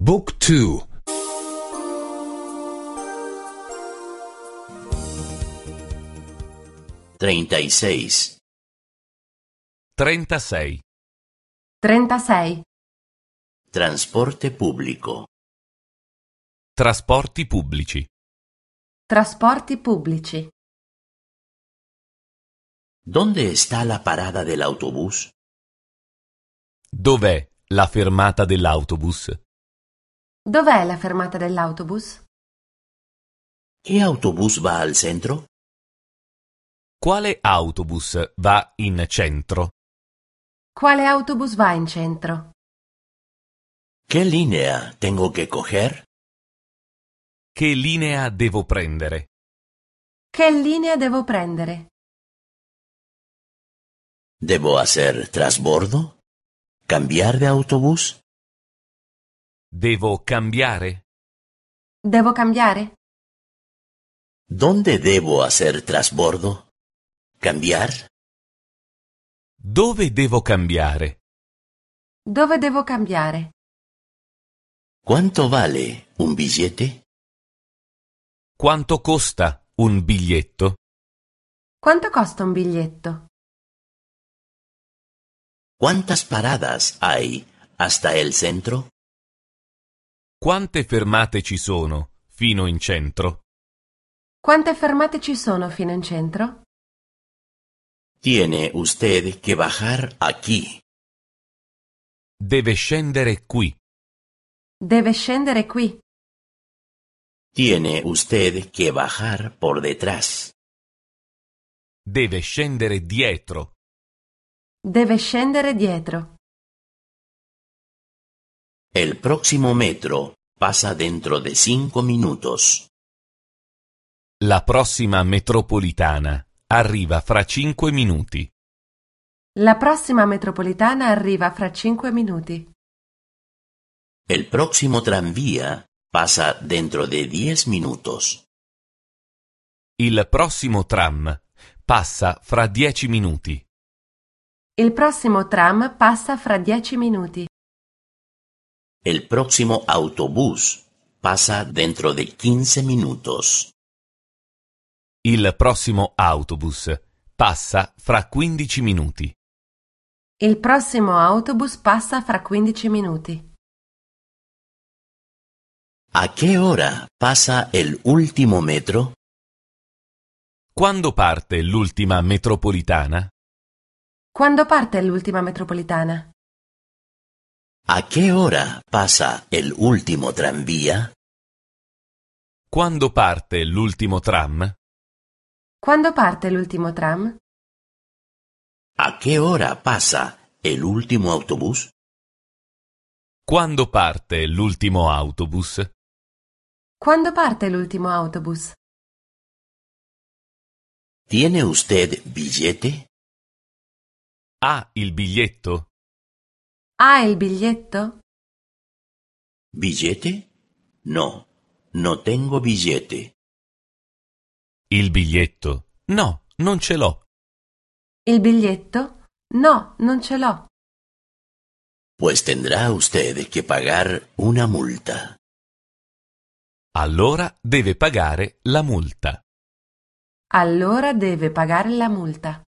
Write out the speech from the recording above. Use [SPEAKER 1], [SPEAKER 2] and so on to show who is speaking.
[SPEAKER 1] Book 2
[SPEAKER 2] 36.
[SPEAKER 1] 36.
[SPEAKER 3] 36.
[SPEAKER 2] Trasporte pubblico.
[SPEAKER 1] Trasporti pubblici.
[SPEAKER 3] Trasporti pubblici.
[SPEAKER 2] ¿Dónde está la parada del autobús?
[SPEAKER 1] Dov'è la fermata dell'autobus?
[SPEAKER 3] Dov'è la fermata dell'autobus?
[SPEAKER 2] ¿Qué autobús va al centro?
[SPEAKER 1] Quale autobus va in centro?
[SPEAKER 3] Quale autobus va in centro?
[SPEAKER 2] ¿Qué línea tengo que coger?
[SPEAKER 1] Che linea devo prendere?
[SPEAKER 3] Che linea devo prendere?
[SPEAKER 2] ¿Debo hacer trasbordo? ¿Cambiar de autobús?
[SPEAKER 1] Devo cambiare?
[SPEAKER 3] Devo cambiare?
[SPEAKER 2] ¿Dónde debo hacer trasbordo? ¿Cambiar?
[SPEAKER 1] Dove devo cambiare?
[SPEAKER 3] Dove devo cambiare?
[SPEAKER 2] ¿Cuánto vale un billete?
[SPEAKER 1] Quanto costa un biglietto?
[SPEAKER 3] Quanto costa un biglietto?
[SPEAKER 2] ¿Cuántas paradas hay hasta el centro?
[SPEAKER 1] Quante fermate ci sono fino in centro?
[SPEAKER 3] Quante fermate ci sono fino in centro?
[SPEAKER 2] Tiene usted que bajar aquí.
[SPEAKER 1] Deve scendere qui.
[SPEAKER 3] Deve scendere qui.
[SPEAKER 2] Tiene usted que bajar por detrás.
[SPEAKER 1] Deve scendere dietro.
[SPEAKER 3] Deve scendere dietro.
[SPEAKER 2] El próximo metro pasa dentro de cinco minutos.
[SPEAKER 1] La prossima metropolitana arriva fra 5 minuti.
[SPEAKER 3] La prossima metropolitana arriva fra 5 minuti.
[SPEAKER 2] El próximo tranvía pasa dentro de 10 minutos.
[SPEAKER 1] Il prossimo tram passa fra 10 minuti.
[SPEAKER 3] Il prossimo tram passa fra 10 minuti.
[SPEAKER 2] El próximo autobús pasa dentro de 15 minutos.
[SPEAKER 1] Il prossimo autobus passa fra 15 minuti.
[SPEAKER 3] Il prossimo autobus passa fra 15 minuti.
[SPEAKER 2] ¿A qué hora pasa el último metro?
[SPEAKER 1] Quando parte l'ultima metropolitana?
[SPEAKER 3] Quando parte l'ultima metropolitana?
[SPEAKER 2] ¿A qué hora pasa el último tranvía?
[SPEAKER 1] Quando parte l'ultimo tram?
[SPEAKER 3] Quando parte l'ultimo tram?
[SPEAKER 2] ¿A qué hora pasa el último autobús?
[SPEAKER 1] Quando parte l'ultimo autobus?
[SPEAKER 3] Quando parte l'ultimo autobus?
[SPEAKER 2] ¿Tiene usted billete?
[SPEAKER 1] Ha il biglietto?
[SPEAKER 3] Ha il biglietto?
[SPEAKER 2] ¿Billete? No, no tengo billete.
[SPEAKER 1] Il biglietto? No, non ce l'ho.
[SPEAKER 3] Il biglietto? No, non ce l'ho.
[SPEAKER 2] Pues tendrá usted que pagar una multa.
[SPEAKER 1] Allora deve pagare la multa.
[SPEAKER 3] Allora deve pagare la multa.